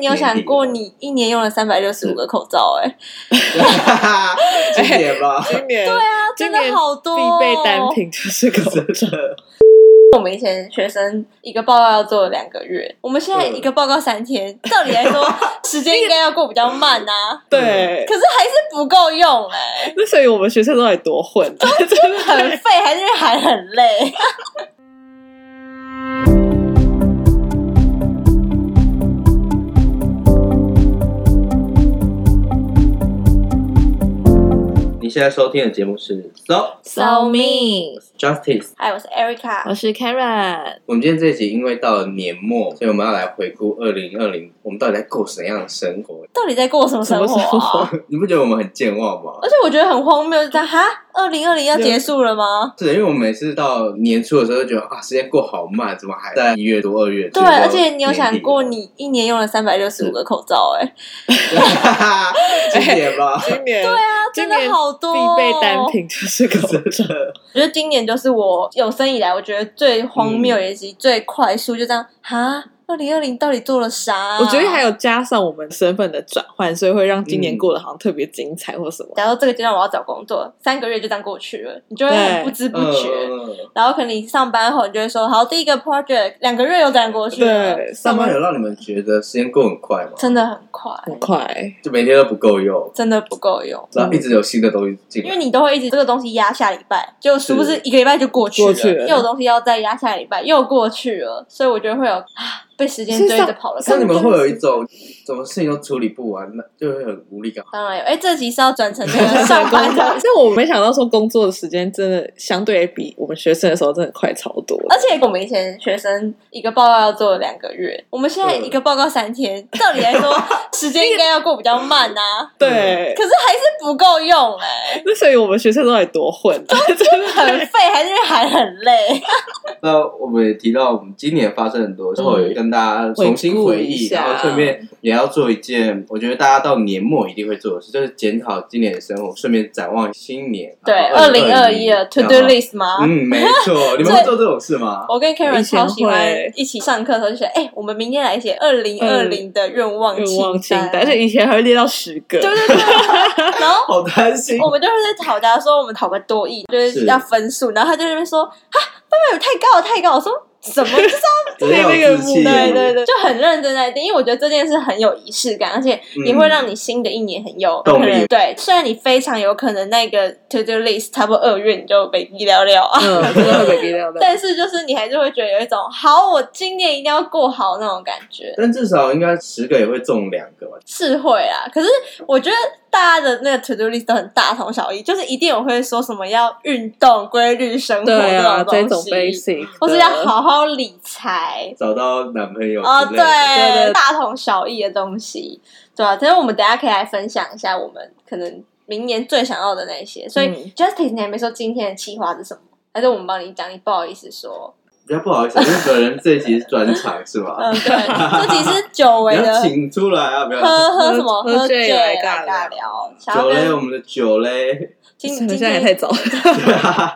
你有想过嗯你一年用了三百六十五个口罩、哎、 今年吧，今年对啊，真今的年好多、哦必备单。品就是口真罩，的。我们以前学生一个报告要做两个月，我们现在一个报告三天，嗯照理来 说时间应该要过比较慢啊，对可。是还是不够用哎、那所以我们学生到底多混 啊？真的很很废，还是还很 累。 你现在收听的节目是 So So mean Justice。嗨，哎我是 Erica，我是 Karen，我们今天这一集因为到了年末，所以我们要来回顾二零二零，我们到底在过什么样的生活？到底在过什么生什么生活、啊？你不觉得我们很健忘吗而？且我觉得很荒谬，就这样哈，二零二零要结束了吗？是因为我们每次到年初的时候，就觉得啊，时间过好慢，怎么还在一月多、二月？对，最后而且你有想嗯过年底你一年用了三百六十五个口罩、哎，了？ 今 年吧，今年对啊啊，真的好多、哦必备单。品就是口罩真，的我觉得今年就是我有生以来我觉得最荒谬，嗯也是最快速，就这样哈。二零二零到底做了啥、我觉得还有，有加上我们身份的转换，所以会让今年嗯过得好像特别精彩或什么。假如这个阶段我要找工作，三个月就这样过去了，你就会很对不知不嗯觉。嗯嗯然后可能你上班后，你就会说，好，第一个 project 两个月又赶过去了，对，上上班班有让你们觉得时间过很快吗？真的很快，很快，就每天都不够用，真的不够用，然后一直有新的东西进因来为。你都会一直这个东西压下礼拜，就殊不知是一个礼拜就过去了，过去了又有东西要再压下礼拜，又过去了，所以我觉得会有啊被时间追着跑的那感你觉。们会有一种什么事情都处理不完，那就会很无力感。当然有，哎，这集是要转成那个上班的，但我没想到说工作的时间真的相对比我们学生的时候真的快超多。而且我们以前学生一个报告要做两个月，我们现在嗯一个报告三天，照理来说时间应该要过比较慢啊，对可，是还是不够用哎、那所以我们学生到底多混啊？真的很很废，还是还很累。那我们也提到，我们今年发生很多，之后也跟大家重新回忆，回顾一下然后顺便也要做一件，我觉得大家到年末一定会做的事，就是检讨今年的生活，顺便展望新年。 对，二二零二一的 to do。list 然吗？后嗯，没错，你们会做这种事吗？我跟 Karen 以前超喜欢会一起上课的时候就写，哎、我们明天来写二零二零的嗯愿望愿望清单，单，而且以前还会列到十个。对对对， 然后。好担心，我们就是在吵架，说我们考个多亿就是是要分数，然后他就在那边说啊，爸爸有太高了太高了，我说什么？就是要 没那有个自信，对对对，就很认真在听，因为我觉得这件事很有仪式感，而且也会让你新的一年很有动力可能对，虽然你非常有可能那个 to do list 差不多二月你就被一聊聊啊，嗯，真的会被逼掉的。 但是就是你还是会觉得有一种好，我今年一定要过好那种感觉，但至少应该十个也会中两个吧？是会啊。可是我觉得大家的那个 to do list 都很大同小异，就是一定有会说什么要运动、规律生活对啊，这这种东种西，啊 basic，或是的要好好理财。找到男朋友哦，之对，类的对对大同小异的东西，对啊。其实我们等一下可以来分享一下我们可能明年最想要的那些。所以、嗯 Justice，你还没说今天的计划是什么？还是我们帮你讲？你不好意思说，比较不好意思，因为本人这一集是专场 是吧？嗯，对，这集是久你违的要请出来啊！不要喝喝什么喝喝醉醉来尬尬聊聊，想要酒嘞，我跟们的酒嘞，今好今像也太天早了。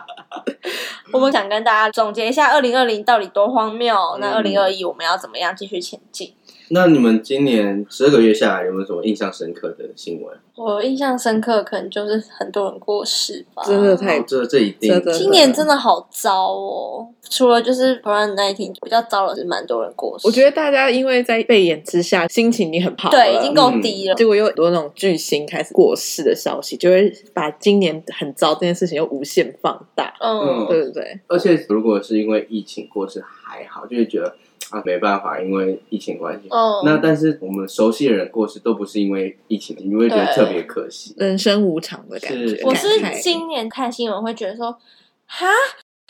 我们想跟大家总结一下，二零二零到底多荒谬？那二嗯零二一我们要怎么样继续前进？那你们今年十二个月下来，有没有什么印象深刻的新闻？我印象深刻，可能就是很多人过世吧，真的太哦这这一定真的今年真的好糟哦，除了就是 Corona 那一天比较糟了，是蛮多人过世。我觉得大家因为在被演之下，心情已经很好了，对已经够嗯低了。结果又有很多那种巨星开始过世的消息，就会把今年很糟这件事情又无限放大，嗯，嗯对不对？而且如果是因为疫情过世还好，就会觉得啊没办法，因为疫情关系。嗯那但是我们熟悉的人过世都不是因为疫情，你会觉得对特别可惜。人生无常的感觉是。我是感慨今年看新闻会觉得说，哈，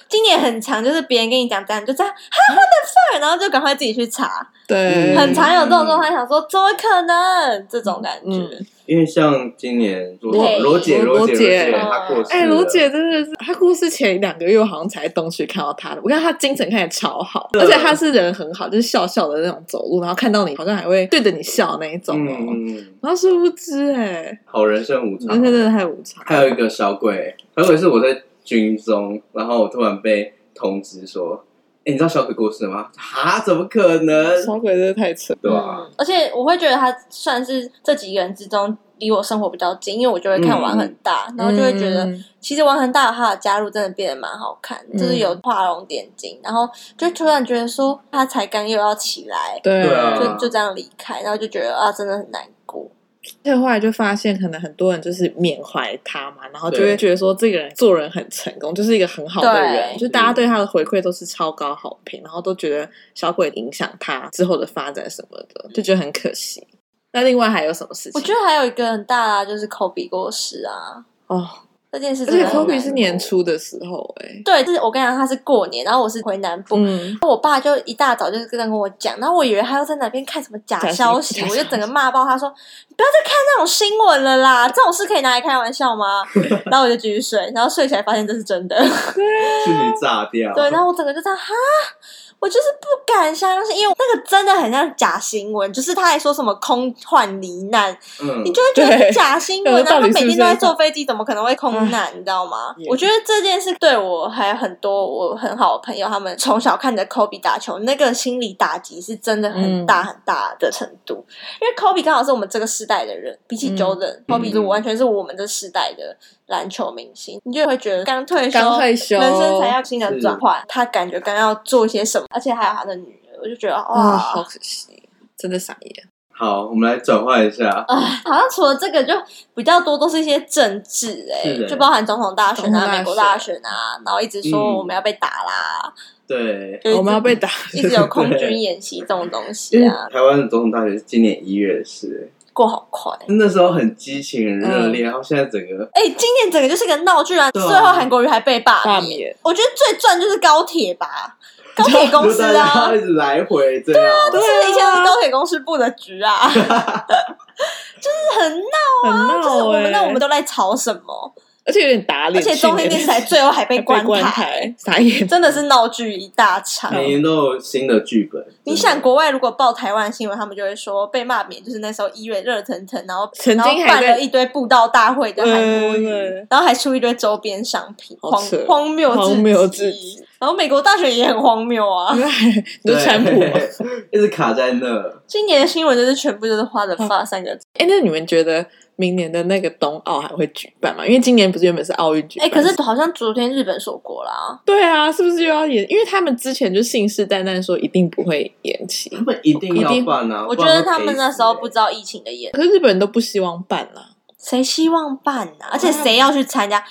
今年很长，就是别人跟你讲这样，你就这样，哈，what the fuck，然后就赶快自己去查，对嗯很常有这种状态，想说怎么可能这种感觉？嗯因为像今年罗对罗姐罗罗姐罗姐姐她过世了，哎，卢姐真的是，她过世前两个月我好像才东区看到她的，我看她精神看起来超好，对而且她是人很好，就是笑笑的那种走路，然后看到你好像还会对着你笑那一种哦。嗯，然后殊不知、哎，好人生无常人生。真的太无常。还有一个小鬼，小鬼是我在军中，然后我突然被通知说，哎，你知道小鬼过世了吗？哈，怎么可能？嗯小鬼真的太扯。对吧？嗯而且我会觉得他算是这几个人之中离我生活比较近，因为我就会嗯看玩很大，然后就会觉得、嗯其实玩很大他的加入真的变得蛮好看，就是有画龙点睛，嗯然后就突然觉得说他才刚又要起来，对对啊就就这样离开，然后就觉得啊真的很难过。所以后来就发现，可能很多人就是缅怀他嘛，然后就对会觉得说这个人做人很成功，就是一个很好的人，对就嗯大家对他的回馈都是超高好评，然后都觉得小鬼影响他之后的发展什么的，就觉得很可惜。那另外还有什么事情？我觉得还有一个很大啊，就是 Kobe 过世啊，哦，这件事而真且的很 Kobe 难是过年初的时候、哎，对，就是我跟你讲，他是过年，然后我是回南部，嗯，我爸就一大早就是这样跟我讲，然后我以为他又在哪边看什么假假消息息，假我就消整个骂爆他说：“你不要再看那种新闻了啦，这种事可以拿来开玩笑 吗？”然后我就继续睡，然后睡起来发现这是真的，自己炸掉。对，然后我整个就这样哈。我就是不敢相信，因为那个真的很像假新闻，就是他还说什么空患罹难，嗯你，就会觉得对是假新闻啊！想说到他底每天都是不是在这样坐飞机，怎么可能会空难？你知道吗也？我觉得这件事对我还有很多我很好的朋友，他们从小看着 Kobe 打球，那个心理打击是真的嗯很大很大的程度。因为 Kobe 刚好是我们这个时代的人，比起嗯 Jordan，Kobe 是完全是我们这时代的篮球明星，你就会觉得刚退休，刚退休啊人生才要新的转换，他感觉刚要做些什么，而且还有他的女儿，我就觉得啊、哇，好可惜，真的傻眼。好，我们来转换一下。好像除了这个，就比较多都是一些政治哎、是的就包含总统大选总统啊、大选美国大选啊，然后一直说嗯我们要被打啦，对，就是一直我们要被打， 一直有空军演习这种东西啊，台湾的总统大选是今年一月的事，过好快。那时候很激情、很热嗯烈，然后现在整个哎、今年整个就是个闹剧啊！对最啊后韩国瑜还被罢罢免，免。我觉得最赚就是高铁吧，高铁公司就大啊家，一直来回这样。这 是以前都是高铁公司布的局啊， 就是很闹，很就是闹、我哎，们那我们都在吵什么，而且有点打而脸，且中天电视台最后还被被关关台，台，傻眼。真的是闹剧一大场。每年都有新的剧本。你想，国外如果报台湾新闻，他们就会说被骂免，就是那时候一月热腾腾，然后曾经然后还办在了一堆布道大会的韩国对对语对，然后还出一堆周边商品，好荒扯荒谬至荒谬至极。然后美国大选也很荒谬啊！你说川普吗？对 一直卡在那。今年的新闻就是全部就是花的发三个字。哎、那你们觉得明年的那个冬奥还会举办吗？因为今年不是原本是奥运举哎、办？可是好像昨天日本锁国啦，对啊，是不是又要延？因为他们之前就信誓旦旦说一定不会延期，他们一定要办啊！我不觉然得会他们那时候不赔死欸知道疫情的严可是日本人都不希望办啊啦。谁希望办嗯啊？而且谁要去参加？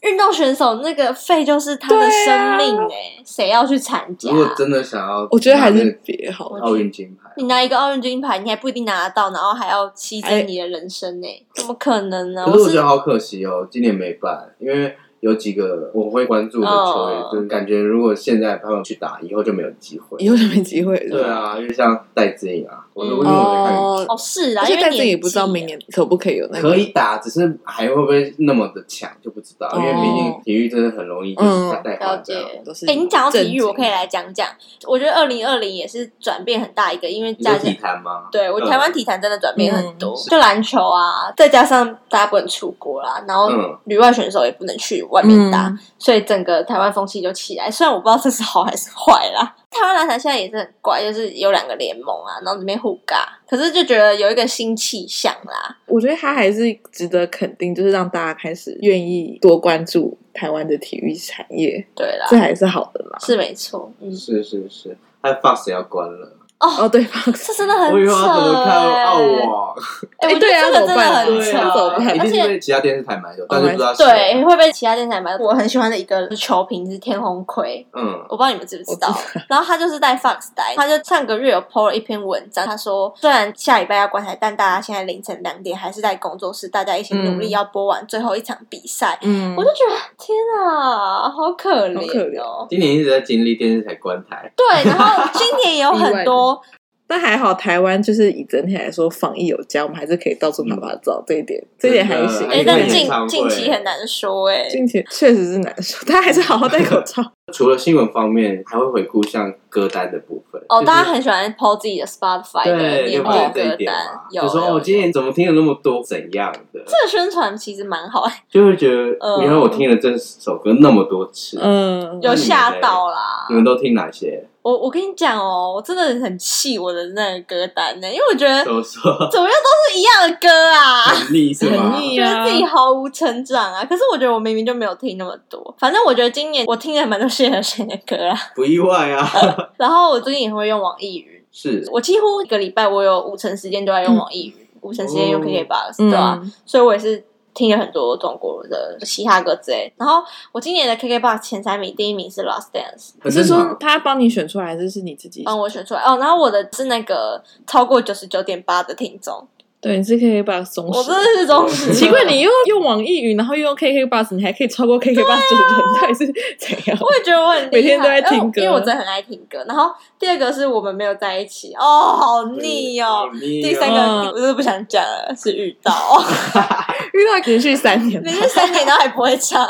运动选手那个肺就是他的对啊生命哎、谁要去参加欸。如？果真的想要，我觉得还是别好了。奥运金牌。你拿一个奥运金牌，你还不一定拿得到，然后还要牺哎牲你的人生呢、欸怎么可能呢？可是我觉是得好可惜哦，今年没办，因为有几个我会关注的球员哦，就是感觉如果现在他们去打，以后就没有机会。以后就没机会了。对啊，因为像戴资颖啊，我都因为我在看。哦，哦，是啊，因而且为但是你也不知道明年可不可以有那个可以打，只是还会不会那么的强就不知道，哦因为毕竟体育真的很容易就是带嗯了坏解这样。。啊都是哎、你讲到体育，正经我可以来讲讲。我觉得二零二零也是转变很大一个，因为你大说家体坛吗？对我嗯台湾体坛真的转变很多，嗯就篮球啊，再加上大家不能出国啦，然后嗯旅外选手也不能去外面嗯打，所以整个台湾风气就起来。虽然我不知道这是好还是坏啦，台湾篮坛现在也是很怪，就是有两个联盟啊，然后里面互尬，可是就觉得有一个新气象啦。我觉得他还是值得肯定，就是让大家开始愿意多关注台湾的体育产业，对啦，这还是好的啦。是没错，嗯，是是是，还有 Fox 也要关了，哦，对，放这真的很扯、我欸。以后要怎么看澳网？哎、哎我觉得对啊这个真的怎很么对扯、欸办啊怎么办哦一定是被其他电视台买走，但是不知道谁。对，会被其他电视台买。我很喜欢的一个球评是天虹葵，嗯，我不知道你们知不知道我。然后他就是在 Fox 待，他就上个月有 PO 了一篇文章，他说虽然下礼拜要关台，但大家现在凌晨两点还是在工作室，大家一起努力嗯要播完最后一场比赛。嗯我就觉得天啊，好可好可怜哦！今年一直在经历电视台关台，对，然后今年也有 意外很的多但还好，台湾就是以整体来说防疫有加，我们还是可以到处拍拍照，这一点这一点还行。真的哎、哎但对演近唱会近期很难说哎、近期确实是难受，大家还是好好戴口 罩。除了新闻方面，还会回顾像歌单的部分。哦，就是大家很喜欢 PO 自己的 Spotify 的对，年度就发现这歌一点单嘛，，有就说有哦，今年怎么听了那么多怎样的，这个宣传其实蛮好，就会觉得嗯原来我听了这首歌那么多次，嗯，有吓到啦。你们都听哪些？我我跟你讲哦，我真的很气我的那个歌单呢、因为我觉得都说怎么样都是一样的歌 啊。很腻是吗？很腻觉得自己毫无成长啊！可是我觉得我明明就没有听那么多，反正我觉得今年我听了蛮多谢和弦的歌啊。不意外啊，然后我最近也会用网易云，是我几乎一个礼拜我有五成时间都在用网易云，五成时间用哦 KKBox，、嗯对啊，所以我也是听了很多中国的嘻哈歌之类。然后我今年的 KKBox 前三名，第一名是 Lost Dance，很是正说常。他帮你选出来，还是是你自己？帮我选出来哦。然后我的是那个超过九十九点八的听众，对，你是可以把松我弛真。的是忠实。奇怪，你又用网易云，然后又用 KK Bus，你还可以超过 KK Bus 的人，到底是怎 样？我也觉得我很厉害哦每天都在听歌因为我真的很爱听歌。然后第二个是我们没有在一起，哦，好腻哦。第第三嗯个我是不想讲了，是遇到，遇到连续三年吧连，续三年都还不会唱，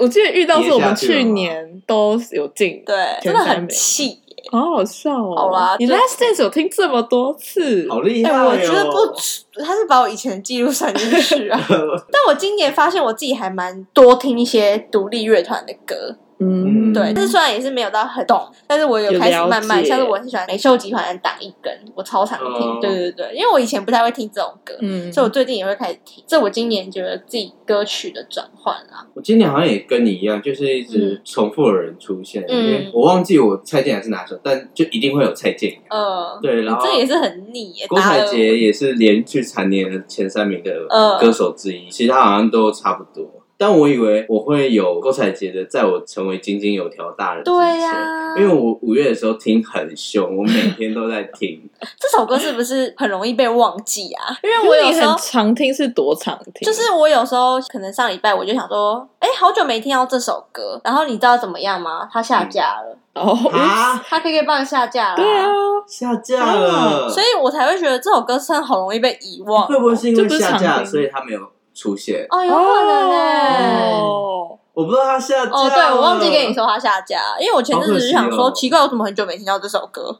我记得遇到是我们跌下去了去吗年都有进， 对，真前的三很名气。好好笑哦。好啦你就 Last Dance 有听这么多次，好厉哎、害哦！我觉得不止，他是把我以前的记录算进去啊。 但我今年发现我自己还蛮多听一些独立乐团的歌，嗯，嗯对，但是虽然也是没有到很懂，但是我有开始有了解慢慢，像是我很喜欢美秀集团的《挡一根》，我超常听，哦对对对，因为我以前不太会听这种歌，嗯，所以我最近也会开始听。这我今年觉得自己歌曲的转换啊，我今年好像也跟你一样，就是一直重复的人出现，嗯因为我忘记我蔡健雅是哪首，但就一定会有蔡健雅。呃，对，然后这也是很腻耶，郭打采了洁也是连续蝉联了前三名的嗯歌手之一，其他好像都差不多。但我以为我会有郭采洁的，在我成为井井有条大人之前对呀、因为我五月的时候听很凶，我每天都在 听，这首歌是不是很容易被忘记啊？因为因我为有你时候很常听是多常听，就是我有时候可能上礼拜我就想说，哎、好久没听到这首歌，然后你知道怎么样吗？它下架了，哦，啊，它 KK 棒下架了，对啊，，下架了，哦所以我才会觉得这首歌真的好容易被遗忘。会不会是因这为不是下常架，听所以他没有出现？哦，有可能哎、哦，我不知道他下架了。哦，对，我忘记跟你说它下架，因为我前阵子就想好说，可惜哦奇怪，我怎么很久没听到这首歌？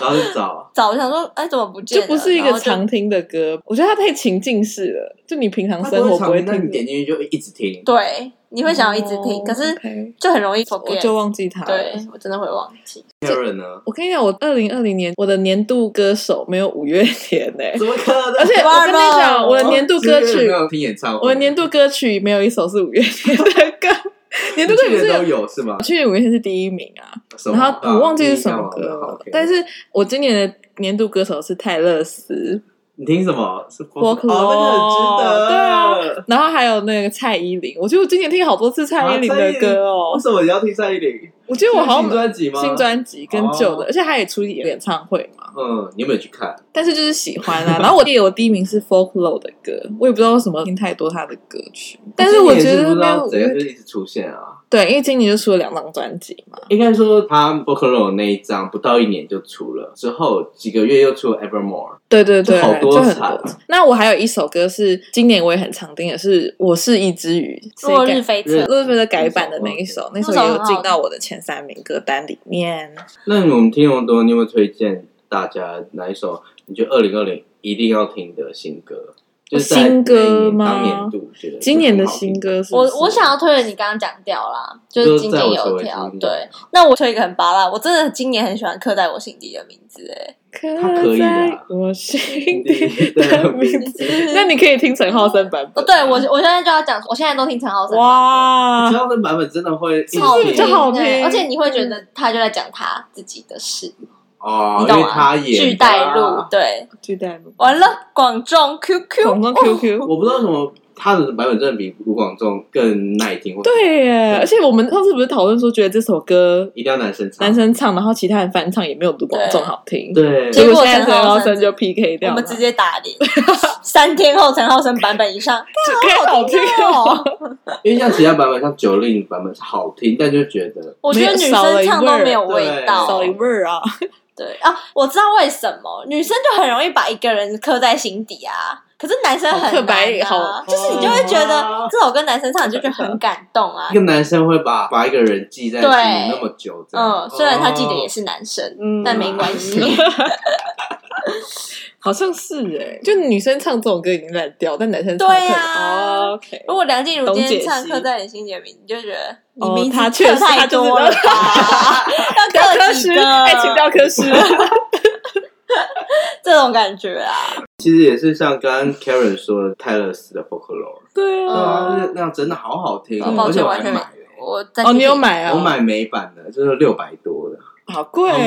然后就找，早我想说，哎，怎么不见就了？不是一然个后就常听的歌，我觉得它太情境式了，就你平常他生活不不常会听但听你，点进去就一直听。对，你会想要一直听，哦可是 OK 就很容易我 forget。就忘记它了。对我真的会忘记， Karen 呢？我跟你讲，我二零二零年我的年度歌手没有五月天呢、怎么可能？而且我跟你讲， Barbara 我的年度歌十月曲没，有听演唱会，我的年度歌曲没有一首是五月天的歌， 年度歌曲去是年都有是吗？去年五月天是第一名啊，什么然后我忘记是什么啊你歌干嘛好了，OK，但是我今年的年度歌手是泰勒斯，你听什么？是 Folklore 哦那个很值得。对啊，然后还有那个蔡依林，我觉得我今年听好多次蔡依啊林的歌哦为，什么你要听蔡依林？我觉得我好新像专辑吗？新专辑跟旧的，哦而且她也出演唱会嘛，嗯，你有没有去看？但是就是喜欢啊。然后我记得我第一名是 Folklore 的歌，我也不知道为什么听太多她的歌曲，但是我今觉年是得不知没道有怎样就一直出现啊。对，因为今年就出了两张专辑嘛，应该说他 b o c a l o 那一张不到一年就出了，之后几个月又出了 Evermore。对对对，就好多就很彩多。那我还有一首歌是今年我也很常听的，是《我是一只鱼》，是落改哦日飞日车。落日飞车改版的那一首，那首首很好也有进到我的前三名歌单里面。那我们听那么多，你有没有推荐大家哪一首你觉得二零二零一定要听的新歌？就是在新歌吗当年度觉得今年的新歌是我不是我想要推的你刚刚讲掉啦，就就是是井在井我手有为条。之一对，那我推一个很拔辣，我真的今年很喜欢刻在我心底的名字，哎，他可以在啦我心 对底的名字。 啊 那你可以听陈浩生版哦，本。对我我现在就要讲，我现在都听陈浩生，，哇陈，浩的版本真的会一直好是听比较好嗯听哎而且你会觉得他就在讲他自己的事，哦你，因懂啊为吗？他也啊巨带入，对，巨蛋路完了，广众 QQ，广东 QQ。我不知道为什么他的版本真的比卢广仲更耐听，或者对耶，而且我们上次不是讨论说，觉得这首歌一定要男生唱。男生唱，然后其他人翻唱也没有卢广仲好听。对，结结果果现在陈陈浩浩生生就 PK 掉我了，们直接打脸。 三天后，陈浩生版本以 上，这歌好听哦。哦，因为像其他版本，像九令版本是好听，但就觉得我觉得女生唱都没有味没有少道了味儿啊！对啊，我知道为什么女生就很容易把一个人刻在心底啊，可是男生很、好啊、刻板好哦就是你就会觉得这首跟男生唱，你就觉得很感动啊一。个男生会把把一个人记在心里对那么久，这样嗯，虽然他记得也哦是男生，嗯但没关系。好像是哎、就女生唱这种歌已经烂掉，但男生唱对啊啊、哦、，OK，如果梁静茹今天唱懂解析刻在你心底的名，你就觉得你哦名字她确刻实她太就是多了吧， 要刻几个？爱情哎教科室。 这种感觉啊，其实也是像刚刚 Karen 说的泰勒斯的 Folklore，对哦对啊，啊，那那样真的好好听，啊抱而且歉我还完全没买了。我在哦，你有买啊？我买美版的，就是六百多的，好贵哦，很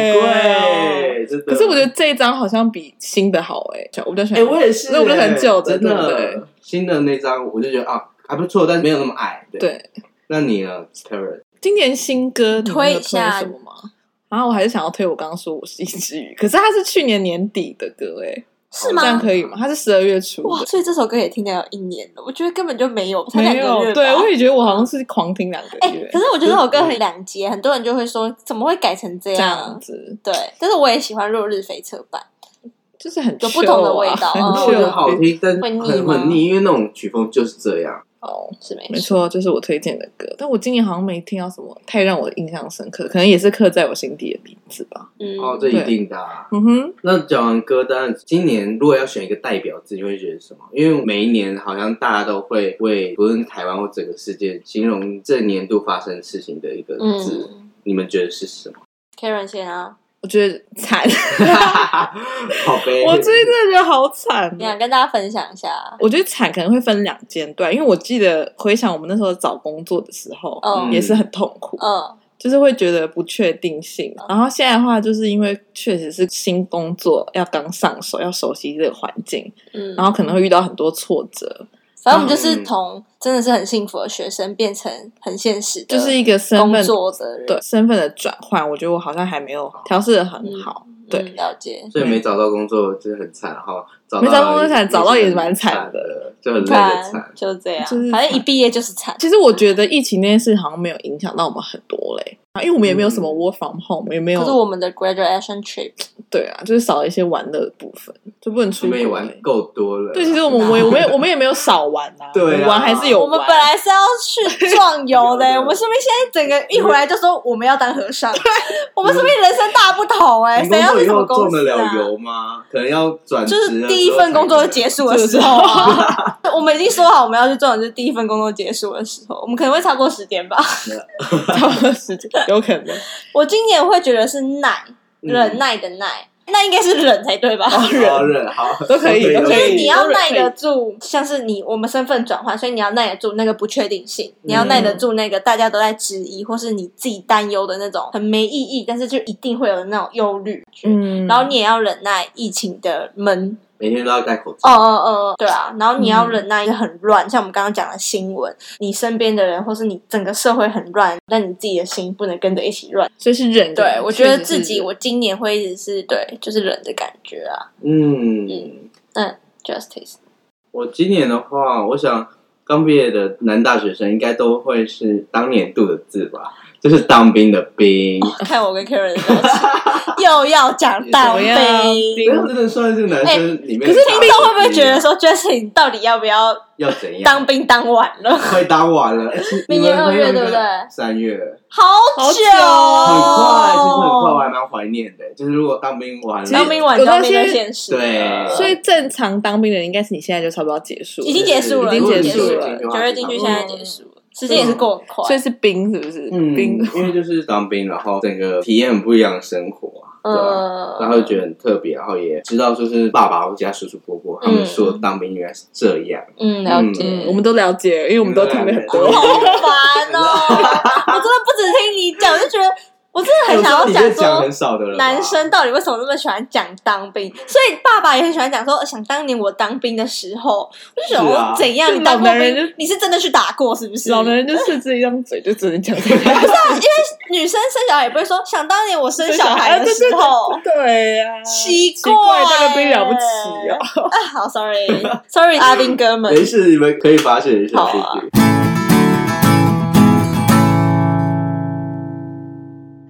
贵，真的。可是我觉得这一张好像比新的好哎、我比较喜哎、欢。我也是、所以我就很久真真的新的那张我就觉得啊还不错，但是没有那么矮。对，对，那你呢，Karen？今年新歌你们推有一下什么吗？然后我还是想要推我刚刚说我是一只鱼，可是它是去年年底的歌哎、是这样吗？可以吗？它是十二月初哇，的，所以这首歌也听了有一年了，我觉得根本就没有，才两没个有月吧。对，我也觉得我好像是狂听两个哎、月、可是我觉得这首歌很两节，很多人就会说怎么会改成这这样？样子，对，啊但是我也喜欢《落日飞车》版，就是很有不同的 chill 啊味道很嗯那 chill 我觉得好听，但是会很腻吗很腻，因为那种曲风就是这样。哦，是没没错，这是我推荐的歌，但我今年好像没听到什么太让我印象深刻，可能也是刻在我心底的名字吧。嗯，哦，这一定的、啊。嗯哼，那讲完歌单，今年如果要选一个代表字，你会觉得什么？因为每一年好像大家都会为不论是台湾或整个世界形容这年度发生事情的一个字，嗯你们觉得是什么？ ，Karen 先啊，我觉得惨， 好悲，我最近真的觉得好惨哦。你想跟大家分享一下？我觉得惨可能会分两阶段，因为我记得回想我们那时候找工作的时候，嗯也是很痛苦，嗯就是会觉得不确定性。哦然后现在的话，就是因为确实是新工作，要刚上手，要熟悉这个环境，嗯，然后可能会遇到很多挫折，反正嗯我们就是从真的是很幸福的学生变成很现实的，就是一个身工份作的人，对身份的转换，我觉得我好像还没有调试的很好。哦嗯对了解。所以没找到工作就是很惨哈，找没到找到工作惨也找到也是蛮很惨惨的的，就很累的看惨，。就这样就是，反正一毕业就是惨。其实我觉得疫情那件事好像没有影响到我们很多嘞、啊因为我们也没有什么 work from home，也没嗯有可是我们的 graduation trip 对啊，就是少了一些玩乐的部分，就不能出我们也国、玩够多了。对，其实我们我也我们也我们也没有少玩 呐、啊，对啊我们玩还是有我玩。们本来是要 去壮游的、有的我们是不是现在整个一回来就说我们要当和尚？我们是不是人生大不同、哎，你谁工要作去以什么后公种得司啊了？油吗？可能要转职就的时候才嗯是能，第一份工作结束的时候 啊，我们已经说好我们要去壮游，就是第一份工作结束的时候，我们可能会超过十点吧。啊 差不多 时间，有可能。我今年会觉得是耐，嗯忍耐的耐，那应该是忍才对吧？ 好忍好都可以哦 都都就可是以你要都忍耐得住，像是你我们身份转换，所以你要耐得住那个不确定性，你要耐得住那个大家都在质疑，或是你自己担忧的那种很没意义，但是就一定会有的那种忧虑。嗯然后你也要忍耐疫情的闷，每天都要戴口哦罩。哦哦，对啊，然后你要忍耐一个很乱，像我们刚刚讲的新闻，你身边的人或是你整个社会很乱，但你自己的心不能跟着一起乱。所以是忍。啊对，我觉得确实是自己忍我今年会一直是对，就是忍的感觉啊嗯， ，justice。我今年的话，我想刚毕业的男大学生应该都会是当年度的字吧，就是当兵的兵。看我跟 Karen 的表情 又要讲到怎么样兵。因为真的算是哎男生里面的可大兵，是听众会不会觉得说 j u s t i n 到底要不要 要怎样？当兵当晚了？会当完了，明年二月你们会有一个对不对三月。好好久很快，其实很快，我哦还蛮怀念的。就是如果当兵完了，当兵晚有当那兵的些现实，对所以正常当兵的人应该是你现在就差不多要结束了，已经结束了，已经结结束了九月进去现在结束了，时间也是过很所快以。是兵是不是？嗯，兵因为就是当兵，然后整个体验很不一样的生活啊，对吧？呃，然后觉得很特别，然后也知道就是爸爸或其他叔叔伯伯他们说当兵原来是这样，嗯，了嗯，解。我们都了解，因为我们都听了很多 嗯。好烦哦！我真的不只听你讲，我就觉得哎我真的很想要有时候你就讲说很。少的人，男生到底为什么那么喜欢讲当兵？所以爸爸也很喜欢讲说，呃想当年我当兵的时候，我就想是说、啊怎样？就你当过老男人兵，你是真的去打过是不是？老男人就是这一张嘴，就只能讲这个。 女生生小孩也不会说，想当年我生小孩的时候，对呀，奇 奇怪，当个兵了不起 哦。啊！好，sorry，sorry，阿兵哥们，没事，你们可以发泄一下自好啊己。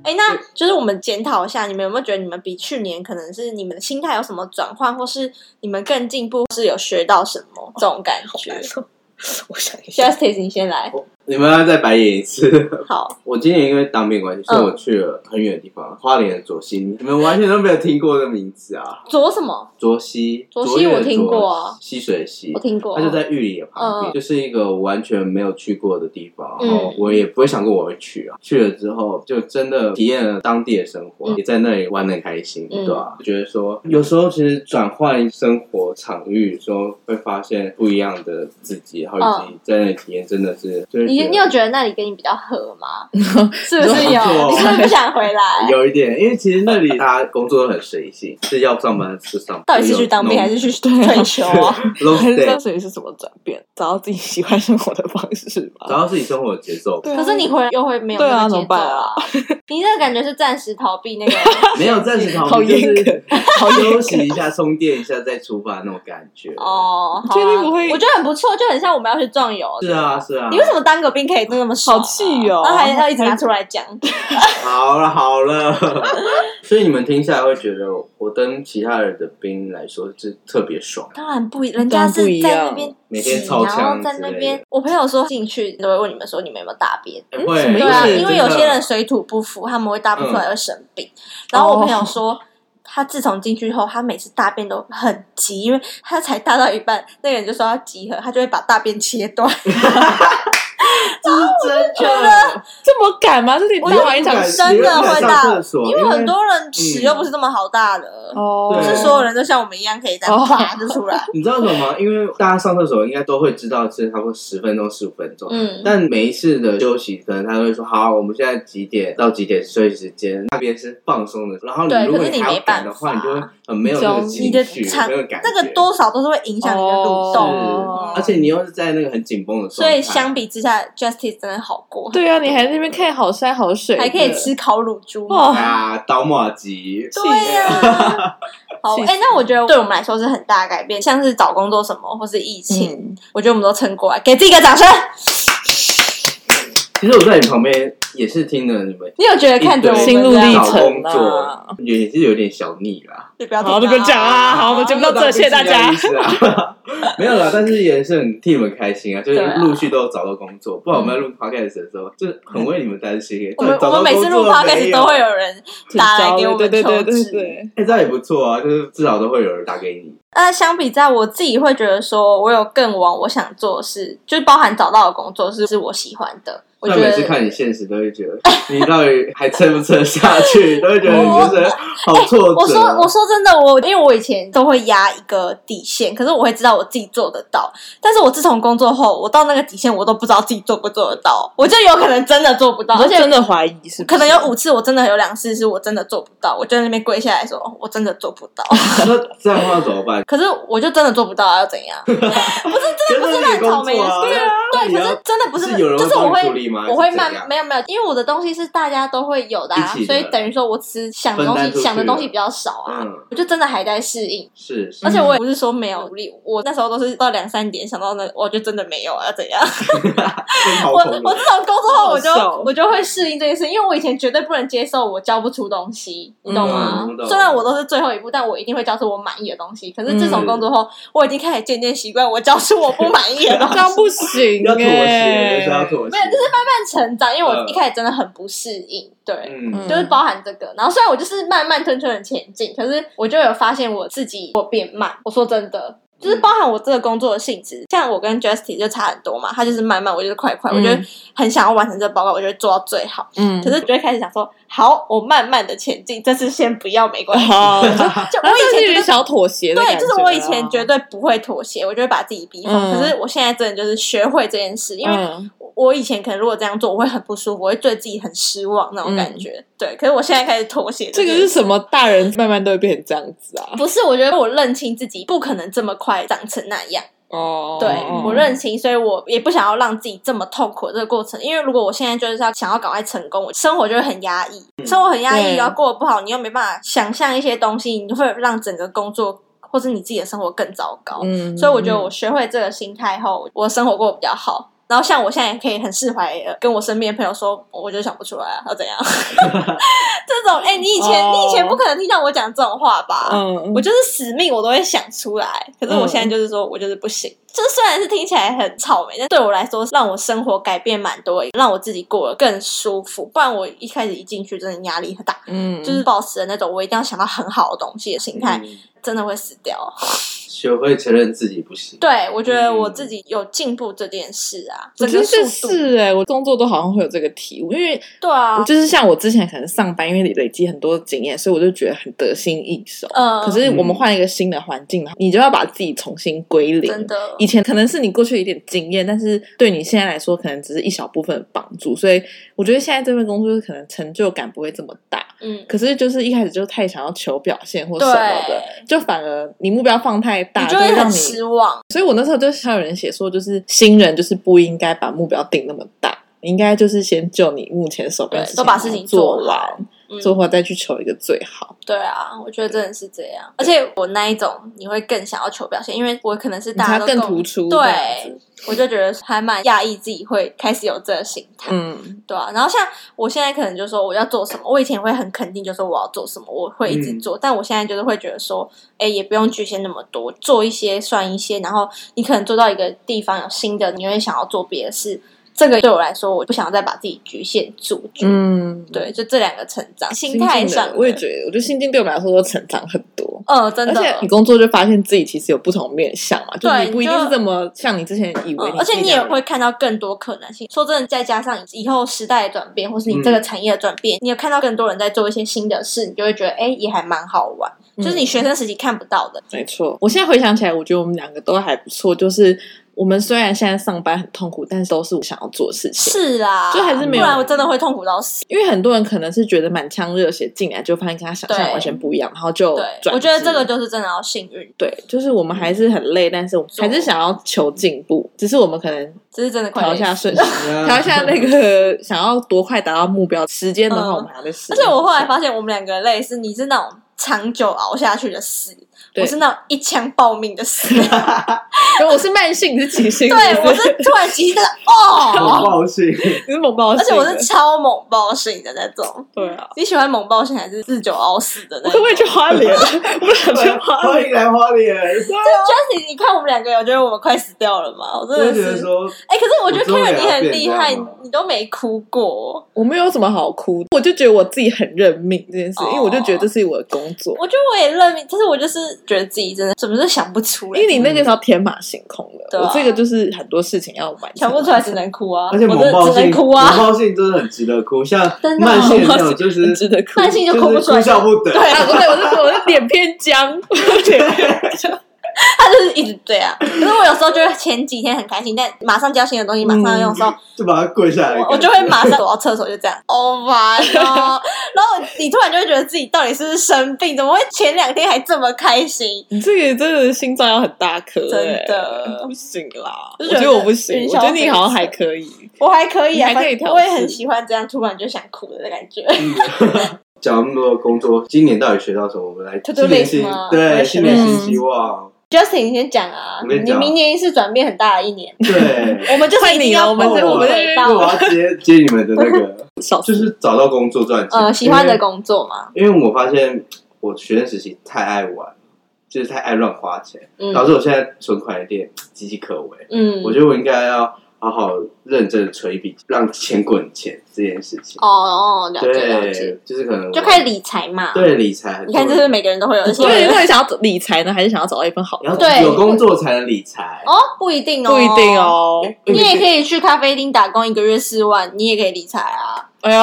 哎、那就是我们检讨一下，你们有没有觉得你们比去年可能是你们的心态有什么转换，或是你们更进步，是有学到什么这种感觉、难受我想一 j u 下， s t i c e 你先来，你们要再白眼一次。 好，我今年因为当兵关系，嗯所以我去了很远的地方，花莲的左西，你们完全都没有听过这名字啊！左什么？左西，左西西我听过啊溪水的溪我，听过，它就在玉里的旁边，嗯就是一个完全没有去过的地方，嗯然后我也不会想过我会去啊。去了之后，就真的体验了当地的生活，嗯也在那里玩的开心，嗯对吧、我觉得说，有时候其实转换生活场域的时候，会发现不一样的自己，然后以及在那里体验，真的是，就是嗯你觉得你有觉得那里跟你比较合 吗？是不有是有？有你是不是不想回 来？有一点，因为其实那里大家工作都很随性，是要上班就上班，到底是去当兵还是去退休啊？ long 很 day？这属于是什么转变？找到自己喜欢生活的方式 主吧。要是你生活的节奏，对 啊可是你回来又会没有对啊那个怎节么奏办啊？你这个感觉是暂时逃避 那个没有暂时逃好避，就严是格， 好严休格。息一下，充电一下，再出发那种感觉。，哦，好啊确定不会我觉得很不错，就很像我们要去壮游。是啊，是啊你。为什么当个兵可以那么爽啊好气哦然后还要一直拿出来讲，好了好了， 所以你们听下来会觉得我跟其他人的兵来说是特别爽，当然不一，人家是当然不一在样那边挤，每天操枪然后在那之类边的，我朋友说进去都会问你们说你们有没有大便，欸会什么意对思啊，真的因为有些人水土不服，他们会大不出来会生病。然后我朋友说，他自从进去后，他每次大便都很急，因为他才大到一半，那个人就说要集合，他就会把大便切 断。是啊真的，这么赶吗？这里大完一场敢戏真的会上大厕所，因为很多嗯人屎又不是这么好大的，哦不对是所有人都像我们一样可以这样啪就出来。你知道什么吗？因为大家上厕所应该都会知道是差不多十分钟、十五分钟。嗯，但每一次的休息，可能他会说：“好，我们现在几点到几点休息时间？”那边是放松的，然后对你如可果是你还要没办赶的话，法你就会很没有那个你情的绪，场没有感觉。这个多少都是会影响你的蠕动。哦嗯而且你又是在那个很紧绷的状所态，以相比之下，Justice 真的好过，对啊，你还在那边看好山好水，嗯还可以。吃烤乳猪。哦啊，刀马吉，对呀、 好，气哎、死那我觉得对我们来说是很大的改变，像是找工作什么，或是疫情，嗯，我觉得我们都撑过来，给自己一个掌声。其实我在你旁边也是听了你们你有觉得看着我们心路这样历找程工啊作，也是有点小腻啦。就不要听好就不要讲啊好我们就节目到这谢谢大家没有啦。没有啦啊 没有啦，但是也是很替你们开心啊，就是对啊嗯陆续都有找到工作，不然我们在录 podcast 的时候，就是很为你们担心。欸我们找我到们每次录 p o 工 d 作 c 没 a 有都会有人打来给我们对对对求对职对，哎，这样也不错啊，就是至少都会有人打给你。那相比在我自己会觉得说，我有更往我想做的事，就是包含找到的工作是是我喜欢的。我觉但每次得看你现实，都会觉得你到底还撑不 撑下去，都会觉得你就是好挫折。哎我说我说真的，我因为我以前都会压一个底线，可是我会知道我自己做得到。但是我自从工作后，我到那个底线，我都不知道自己做不做得到，我就有可能真的做不到，你而就且真的怀疑是不是？可能有五次，我真的有两次是我真的做不到，我就在那边跪下来说，哦我真的做不到。那这样的话怎么办？可是我就真的做不到啊，要 怎样？真的烂草莓的事对啊，对，可是真的不是有人就会是我帮你会处理吗？我会还是怎慢样，没有没有，因为我的东西是大家都会有的、啊一起，的所以等于说我只想的东分担西出去想的东西比较少啊，嗯，我就真的还在适应。是，是而且我也不是说没有努力，我那时候都是到两三点想到那，我就真的没有啊，怎样？真好我我恐怖自从工作后，我就好笑哦我就会适应这件事，因为我以前绝对不能接受我交不出东西，你懂吗嗯我？懂虽然我都是最后一步，但我一定会交出我满意的东西。可是自从嗯工作后，我已经开始渐渐习惯我交出我不满意的东 这西。样不行、欸，要妥协，就是要妥哎没协，有，就是慢慢成长，因为我嗯一开始真的很不适应，对，嗯，就是包含这个。然后虽然我就是慢慢吞吞的前进，可是我就有发现我自己我变慢。我说真的。嗯就是包含我这个工作的性质，像我跟 Justy 就差很多嘛，他就是慢慢，我就是快快，嗯我就很想要完成这个报告，我就会做到最好。嗯 可，是就会开始想说，好，我慢慢的前进，这次先不要没关 系。好，就 我那以这前觉是有得点小妥协的对，感觉啊、就是我以前绝对不会妥协，我就会把自己逼疯。嗯可是我现在真的就是学会这件事，因为嗯我我以前可能如果这样做，我会很不舒服，我会对自己很失望那种感觉。对，可是我现在开始妥协。嗯这个是什？么？大人慢慢都会变成这样子啊。不是，我觉得我认清自己不可能这么快长成那样。哦，对、嗯我认清，所以我也不想要让自己这么痛苦的这个过程。因为如果我现在就是要想要赶快成功，我生活就会很压抑，生活很压抑，嗯对然后过得不好，你又没办法想象一些东西，你会让整个工作或是你自己的生活更糟糕。嗯，所以我觉得我学会这个心态后，我生活过得比较好。然后像我现在也可以很释怀，呃跟我身边的朋友说，我就想不出来啊，要怎样？ 这种哎、你以前、哦你以前不可能听到我讲这种话吧？嗯，我就是死命我都会想出来，可是我现在就是说我就是不行。这虽然是听起来很草莓，但对我来说让我生活改变蛮多，让我自己过得更舒服。不然我一开始一进去真的压力很大，嗯，就是保持的那种我一定要想到很好的东西的心态，嗯真的会死掉。学会承认自己不行。对，我觉得我自己有进步这件事啊，嗯我整觉个得这速度，是哎、我工作都好像会有这个体悟，因为对啊，就是像我之前可能上班，因为累积很多经验，所以我就觉得很得心应手。嗯，可是我们换一个新的环境，你就要把自己重新归零。真的以前可能是你过去有一点经验，但是对你现在来说，可能只是一小部分的帮助。所以我觉得现在这份工作可能成就感不会这么大。嗯，可是就是一开始就太想要求表现或什么的，对，就反而你目标放太大，你就会会让很你。失望。所以我那时候就像有人写说，就是新人就是不应该把目标定那么大。你应该就是先就你目前手边的对都把事事情情做做好完，嗯做完再去求一个最好。对啊，我觉得真的是这样。而且我那一种，你会更想要求表现，因为我可能是大家你才都更跟我突出这样对子，我就觉得还蛮讶异自己会开始有这个心态，嗯，对啊。然后像我现在可能就说我要做什么，我以前会很肯定，就说我要做什么，我会一直嗯做。但我现在就是会觉得说，哎，也不用局限那么多，做一些算一些。然后你可能做到一个地方有新的，你会想要做别的事。这个对我来说，我不想再把自己局限住。嗯，对，就这两个成长心心态境的上的，我也觉得，我觉得心境对我们来说都成长很多。呃，真而的，且你工作就发现自己其实有不同面向嘛，就是对你不一定就是这么像你之前以为嗯，而且你也会会看到更多可能性。说真的，再加上以后时代的转变，或是你这嗯个产业的转变，你有看到更多人在做一些新的事，你就会觉得哎、诶也还蛮好玩。就是你嗯学生时期看不到的，没错。我现在回想起来，我觉得我们两个都还不错，就是我们虽然现在上班很痛苦，但是都是我想要做的事情。是啦， 就还是没有不然我真的会痛苦到死。因为很多人可能是觉得满腔热血进来，就发现跟他想象对完全不一样，然后就对，转我觉得职这个就是真的要幸运，对，就是我们还是很累，但是我们还是想要求进步，只是我们可能这是真的快调乐一下顺序，嗯调 一下那个，个想要多快达到目标时间的话，嗯我们还在试。而且我后来发现，我们两个类似，你是那种长久熬下去的死，对我是那种一枪爆命的死。 因为我是慢性，你是急性，对，我是是突然急，真的哦， 好暴 气，你是猛爆而性且的，我是超猛爆型的那种。对啊。你喜欢猛爆型还是日久熬死的我那可种不可以去花莲？我想去花欢莲。迎来花莲。 ？Jesse，你看我们两个，我觉得我们快死掉了嘛？我真我的就觉得是，说，哎、可是我觉得我终于 Karen 要你很变厉害这样了，你都没哭过。我没有什么好哭，我就觉得我自己很认命这件事，因为我就觉得这是我的工作。我觉得我也认命，但是我就是觉得自己真的怎么都想不出来因，为你那个时候天马行空的，对啊我这个就是很多事情要完成，想不出来只能哭啊，而且我猛真爆的只性，能哭啊猛，爆性真的很值得哭，像真的慢性那种猛就很是值得哭。慢性就哭不出来就是哭笑不得。对啊，不对，我是我是脸偏 僵，他就是一直这样。可是我有时候就会前几天很开心，但马上交新的东西，马上要嗯用的时候，就把它跪下来。我我就会马上走到厕所，就这样。Oh my god！然后你突然就会觉得自己到底是不是生病？怎么会前两天还这么开心？你这个真的心脏要很大颗，真的欸不行啦。我就觉觉得得我不行，云我霄觉得你好像还可以。我还可以啊，你还可以调试我也很喜欢这样突然就想哭的感觉。嗯 讲那么多工作，今年到底学到什么？我们来 To 新 do list 嗯年新吗对来新学年习新希望， Justin，你先讲啊，我你跟你讲明年是转变很大的一年，哦 对。我们就是一定要换我们你了这我们这回因为我到要接接你们的 那个，少就是找到工作赚钱，呃喜欢的工作嘛。因为。因为我发现我学生时期太爱玩，就是太爱乱花钱，嗯导致我现在存款有点岌岌可危。嗯，我觉得我应该要好好认真的存一笔，让钱滚钱这件事情。哦哦，了解了解，对，就是可能就我开始理财嘛。，对理财很你重要，看这是每个人都会有一些对，你到底想要理财呢，还是想要找到一份好然的？对后有工作才能理财。哦，不一定哦，不一定。哦。你也可以。以去咖啡厅打工，一个月四万，你也可以理财啊。哎呦，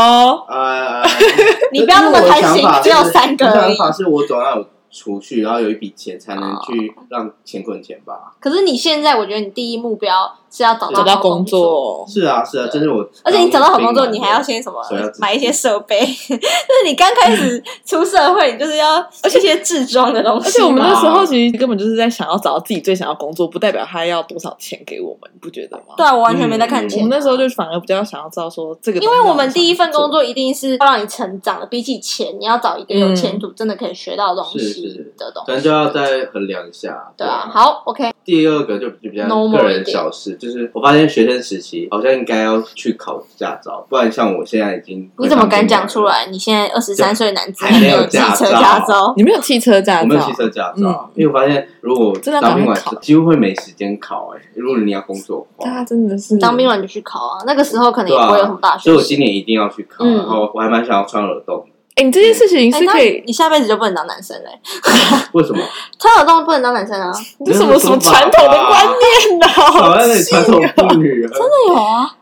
呃， 你不要那么贪心因为我的想法是只有三个我而已想法是我总要有储蓄，然后有一笔钱才能去哦让钱滚钱吧。可是你现在，我觉得你第一目标是要找到找到好工工作，作，是啊，是啊，这是我。而且你找到好工作，你还要先什么所以要自己 买一些设 备，就是你刚开始出社会，你就是要而且一些置装的东西嘛。而且我们那时候哦其实根本就是在想要找到自己最想要工作，不代表他要多少钱给我们，你不觉得吗？对啊，我完全没在看嗯我钱啊。们那时候就反而比较想要知道说这个，因为我们第一份工，作一定是要让你成长的，比起钱，你要找一个有前途、真的可以学到的东嗯是西。义的东但西就。要再衡量一下。对啊，好，OK，第二个就就比较 Normal 个人小事，就是我发现学生时期好像应该要去考驾照，不然像我现在已经你怎么敢讲出？来？你现在二十三岁男子还还没没有有汽驾车照驾 照？你没有汽车驾我没有汽照，车驾照，嗯因为我发现如果真的当兵赶快完考几乎会没时间考哎、如果你要工作的话他，真的是当兵完就去考啊，那个时候可能也嗯对啊不会有什么大学所以我习。今年一定要去考，嗯然后我还蛮想要穿耳洞，哎、你这件事情哎是那可以，你下辈子就不能当男生嘞， 为什么？穿耳洞不能当男生啊？你这什么什么传统的观念呢、好像你传统妇女，真的有啊，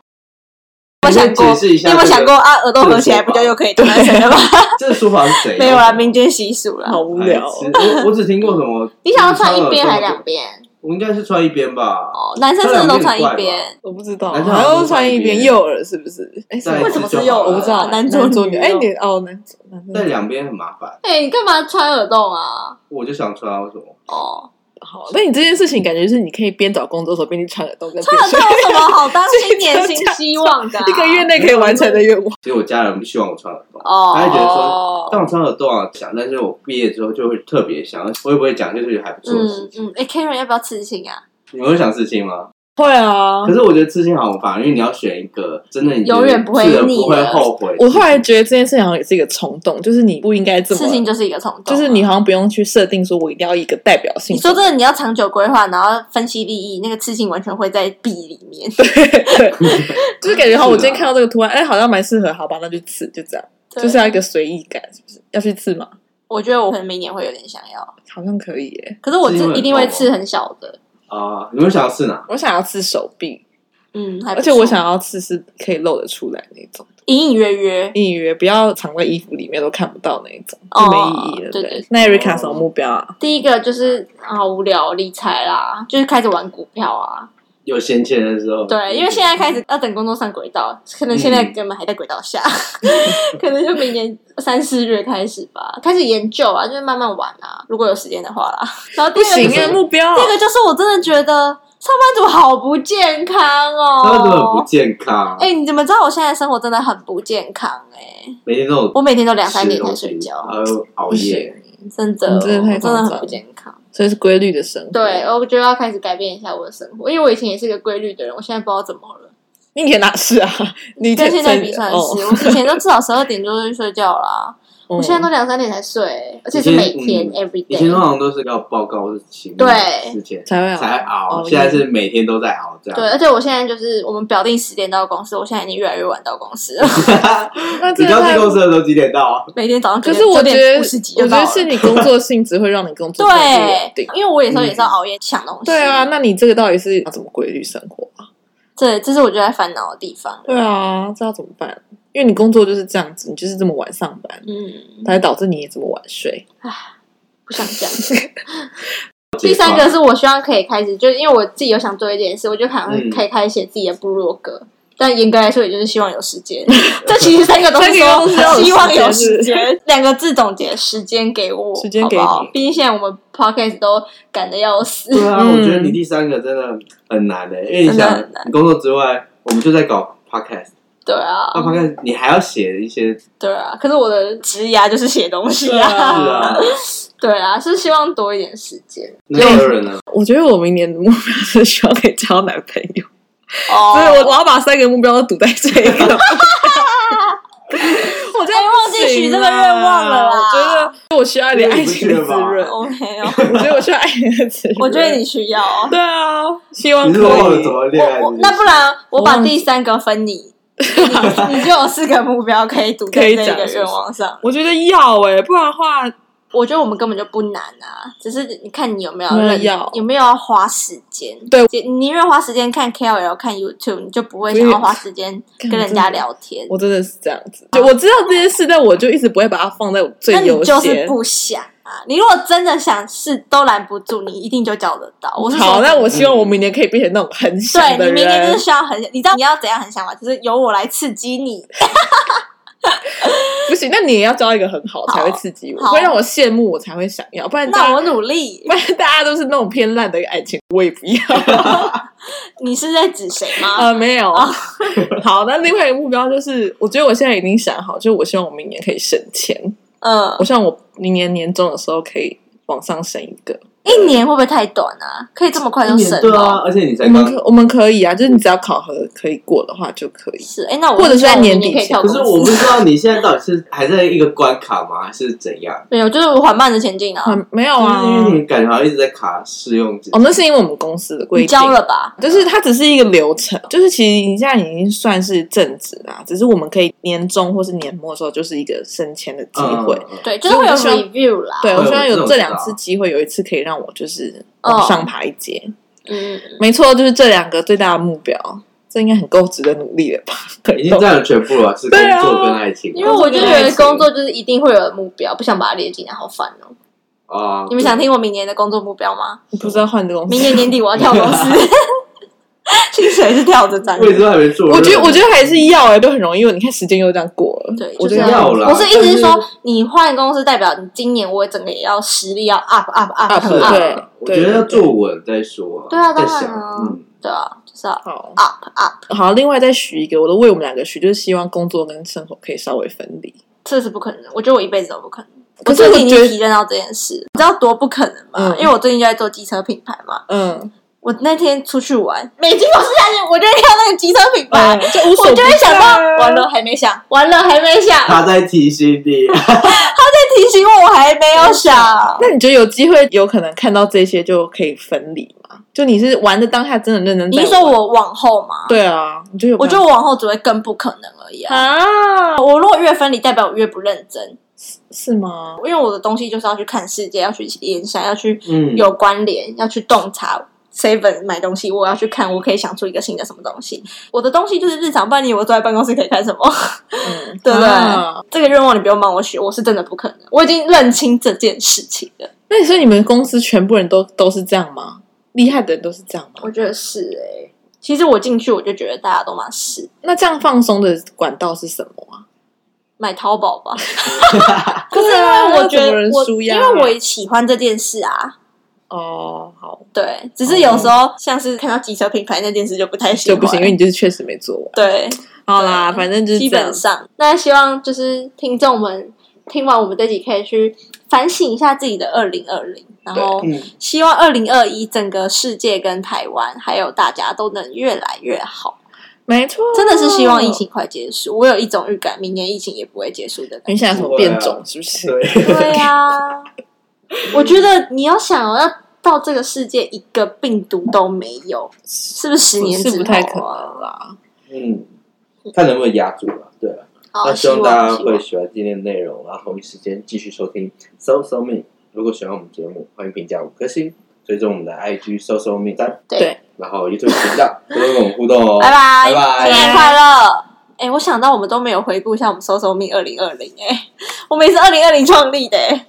我想解释一你下，有没有想过啊？耳洞合起来不就又可以当男生了吗？这个说法是谁？ 没有啦，民间习俗啦。好无聊哦、白哎痴我我只听过什么？ 你想要穿一边还是两？边？我应该是穿一边吧。哦，男生是不是都穿一边？我不知道，男生好好像像穿一边都穿一边右耳是不是？哎、是戴吗为为什什么么是啊是右右耳？耳我不知道，男左左女。哎、你哦，男左男左在女两边很麻烦，哎，你干嘛穿耳洞啊？我就想穿啊，为什么？哦，好，那你这件事情感觉是你可以边找工作的时候边去穿耳洞，跟穿耳边洞有什么好 当新年年新新希望的啊？ 一个月内可以完成的愿啊望。其实我家人不希望我穿耳洞，哦，他会觉得说，但我穿耳洞啊想，但是我毕业之后就会特别想，我也不会讲，就是还不错的事嗯情。嗯，哎，Karen 要不要刺青啊？你们会想刺青吗？会啊可，是我觉得刺青好烦，因为你要选一个真的你觉得哦永远不会刺了腻不会的后悔。我后来觉得这件事情好像也是一个冲动，就是你不应该这么刺青就是一个冲动啊，就是你好像不用去设定说我一定要一个代表性。你说这个你要长久规划，然后分析利益，那个刺青完全会在币里面。对，就是感觉好，是啊我今天看到这个图案，哎，好像蛮适合，好吧，那就刺，就这样， 对就是要一个随意感，是不是？要去刺吗？我觉得我可能明年会有点想要，好像可以耶，可是我刺青这会一定会很痛刺很小的。啊，你们想要刺哪？我想要刺手臂，嗯，还不而且我错想要刺是可以露得出来那种，隐隐约约，隐约不要藏在衣服里面都看不到那种，哦就没意义了。对对对，那 Erica 什么目标啊？第一个就是啊好无聊，理财啦，就是开始玩股票啊。有闲钱的时候，对，因为现在开始要等工作上轨道，可能现在嗯根本还在轨道下， 可能就明年三四月开始吧，开始研究啊，就是慢慢玩啊，如果有时间的话啦。然后第不二个行就是啊，目标第二个就是我真的觉得上班族好不健康哦，他们都很不健康，哎、你怎么知道我现在生活真的很不健康、哎，每天都有我每天都两三吃点才东西睡觉，还有熬不夜。行，真的，哦你真的太真的夸张很了不健康。所以是规律的生活。对，，哦我觉得要开始改变一下我的生活，因为我以前也是个规律的人，我现在不知道怎么了。你以前哪是啊？你以前跟现在比算是，哦我以前都至少十二点就去睡觉 啦，我现在都两三点才睡，而且是每以前天、嗯 every 以前通 day。常都是要报告或是期末对之前啊才会好才熬，啊熬夜现在是每天都在熬这样。对，而且我现在就是我们表定十点到公司，我现在已经越来越晚到公 司了，那你真的刚太进公司的时候几点到啊？每天早上可是我觉得，五十几就我到觉了。得是你工作性质会让你工作更不稳对定，。因为我有时候也是要熬夜抢东西。嗯对啊，，那你这个到底是要怎么规律生活啊？对，这是我觉得在烦恼的地方。对啊，这要怎么办？因为你工作就是这样子，你就是这么晚上班，嗯，才导致你也这么晚睡。不想讲。 第三哦个是我希望可以开始，就是因为我自己有想做一件事，我就可能嗯可以开始写自己的部落格。但严格来说，也就是希望有时 间。这其实三个都是三个都是要有说时间希望有时间，两个字总结：时间给我，时间给你好不好毕竟现在我们 podcast 都赶的要死。对啊，嗯我觉得你第三个真的很难欸的，因为你真的想很难，你工作之外，我们就在搞 podcast，对啊嗯那，podcast 你还要写一些字 对啊。可是我的职涯就是写东西对啊啊， 对啊，是希望多一点时间。那还有人呢？我觉得我明年的目标是希望可以交男朋友，哦所以我我要把三个目标都堵在这一 个。我真的哎忘记许这个愿望了啦啊我觉得我需要一点爱情的滋润，我没有，我觉得我需要爱情的滋润。 我觉得你需要。哦对啊，希望你可是忘了以怎。么恋爱我是我不啊那是？不然我把我忘第三个分 你，你你就有四个目标可以堵在可以这讲个是不是愿望上。我觉得要哎、不然的话，我觉得我们根本就不难啊，只是你看你有没有没有认要有没有要花时间。对你，你宁愿花时间看 KOL、看 YouTube，你就不会我也想要花时间跟干人家聊天。我真的是这样子，就我知道这件事，但我就一直不会把它放在我最那你优就是先。不想啊！你如果真的想试，都拦不住，你一定就叫得到。我是好，说那我希望我明年可以变成那种很想对的你明人。天就是需要很，你知道你要怎样很想吗？就是由我来刺激 你。不行，那你也要交一个很好才会刺激我，好会让我羡慕，我才会想要。不然大那家我努力 不。然大家都是那种偏烂的爱情，我也不要。你是在指谁吗？呃，没有啊。好，那另外一个目标就是，我觉得我现在已经想好，就是我希望我明年可以省钱，嗯我希望我明年年终的时候可以往上升一个。一年会不会太短啊？可以这么快一就哦年升对啊吗？，而且你我才们刚，可我们可以啊，就是你只要考核可以过的话就可以。是，哎、那我或者是在明年年底可以跳前可公是司，我不知道你现在到底是还在一个关卡吗，还是怎样？没有，就是我缓慢的前进啊。啊，没有啊就，是因为你感觉好像一直在卡试用纸哦，那是因为我们公司的规你定。交了吧？就是它只是一个流程，就是其实你现在已经算是正职啦，只是我们可以年终或是年末的时候就是一个升迁的机会。嗯嗯嗯对，就是会有所以我 review 啦。对，会有我希望这有种这事啊两次机会，有一次可以让我就是哦往上爬一阶。嗯，没错，就是这两个最大的目标，这应该很够值得努力了吧？可已经占了全部了，是工对啊作跟爱情吗。因为我就觉得工作就是一定会有目标，不想把它列进来，好烦哦、啊，你们想听我明年的工作目标吗？不知道换这个公明司。年年底我要跳公司，薪水是跳着涨的我。也知道还没做，啊我觉得，我觉得还是要哎、都很容易。因为你看时间又这样过了，对，我就是觉得要啦我是意思是但说，你换公司代表你今年我整个也要实力要 up up up up，很 up，对我觉得要做稳再说啊。对啊再当想然啊，嗯，对啊，就是要好 up up，好。另外再许一个，我都为我们两个许，就是希望工作跟生活可以稍微分离。这是不可能的，我觉得我一辈子都不可能。可是我我最近已觉经得体验到这件事，你知道多不可能吗？嗯因为我最近就在做机车品牌嘛，嗯，我那天出去玩，每经过市下去，我就会看到那个机车品牌，嗯就无所我不就会想到在啊完了还没想，完了还没想，他在提醒你， 提醒我我还没有想。那你觉得有机会有可能看到这些就可以分离吗？就你是玩的当下真的认真你在玩？是说我往后吗？对啊，你就有我觉得我往后只会更不可能而已啊！啊，我如果越分离，代表我越不认真，是吗？因为我的东西就是要去看世界，要去联想，要去嗯，有关联，要去洞察。seven 买东西，我要去看，我可以想出一个新的什么东西。我的东西就是日常，不然你以为我坐在办公室可以看什么？ 嗯，对不对啊这个愿望你不用帮我许，我是真的不可能。我已经认清这件事情了，那你说你们公司全部人都都是这样吗？厉害的人都是这样吗？我觉得是哎、其实我进去我就觉得大家都嘛是那这样放松的管道是什么啊？买淘宝 吧，可是因为我觉啊怎么得人我舒压因啊，为我喜欢这件事啊，哦好对，只是有时候像是看到机车品牌那件事就不太喜哦欢，就不行，因为你就是确实没做完。对，啊好啦，反正就是基这样本。上。那希望就是听众们听完我们这集可以去反省一下自己的二零二零，然后嗯希望二零二一整个世界跟台湾还有大家都能越来越好。没错，真的是希望疫。情快结束，我有一种预感，明年疫情也不会结束的 感觉。你想什么变种是不是？对，对呀、我觉得你要想哦，要到这个世界一个病毒都没有，是不是十年之是后、啊、不太可能啦。嗯，看能不能压住了，对了，好，那希希望望大家希望会喜欢今天的内容，然后同一时间继续收听 So So Me。如果喜欢我们节目，欢迎评价五颗星，追踪我们的 IG So So Me 三，对对，然后 YouTube 频道多多跟我们互动哦，拜拜，拜拜新年快乐！哎、我想到我们都没有回顾一下我们搜搜命二零二零，哎，我们也是二零二零创立的、哎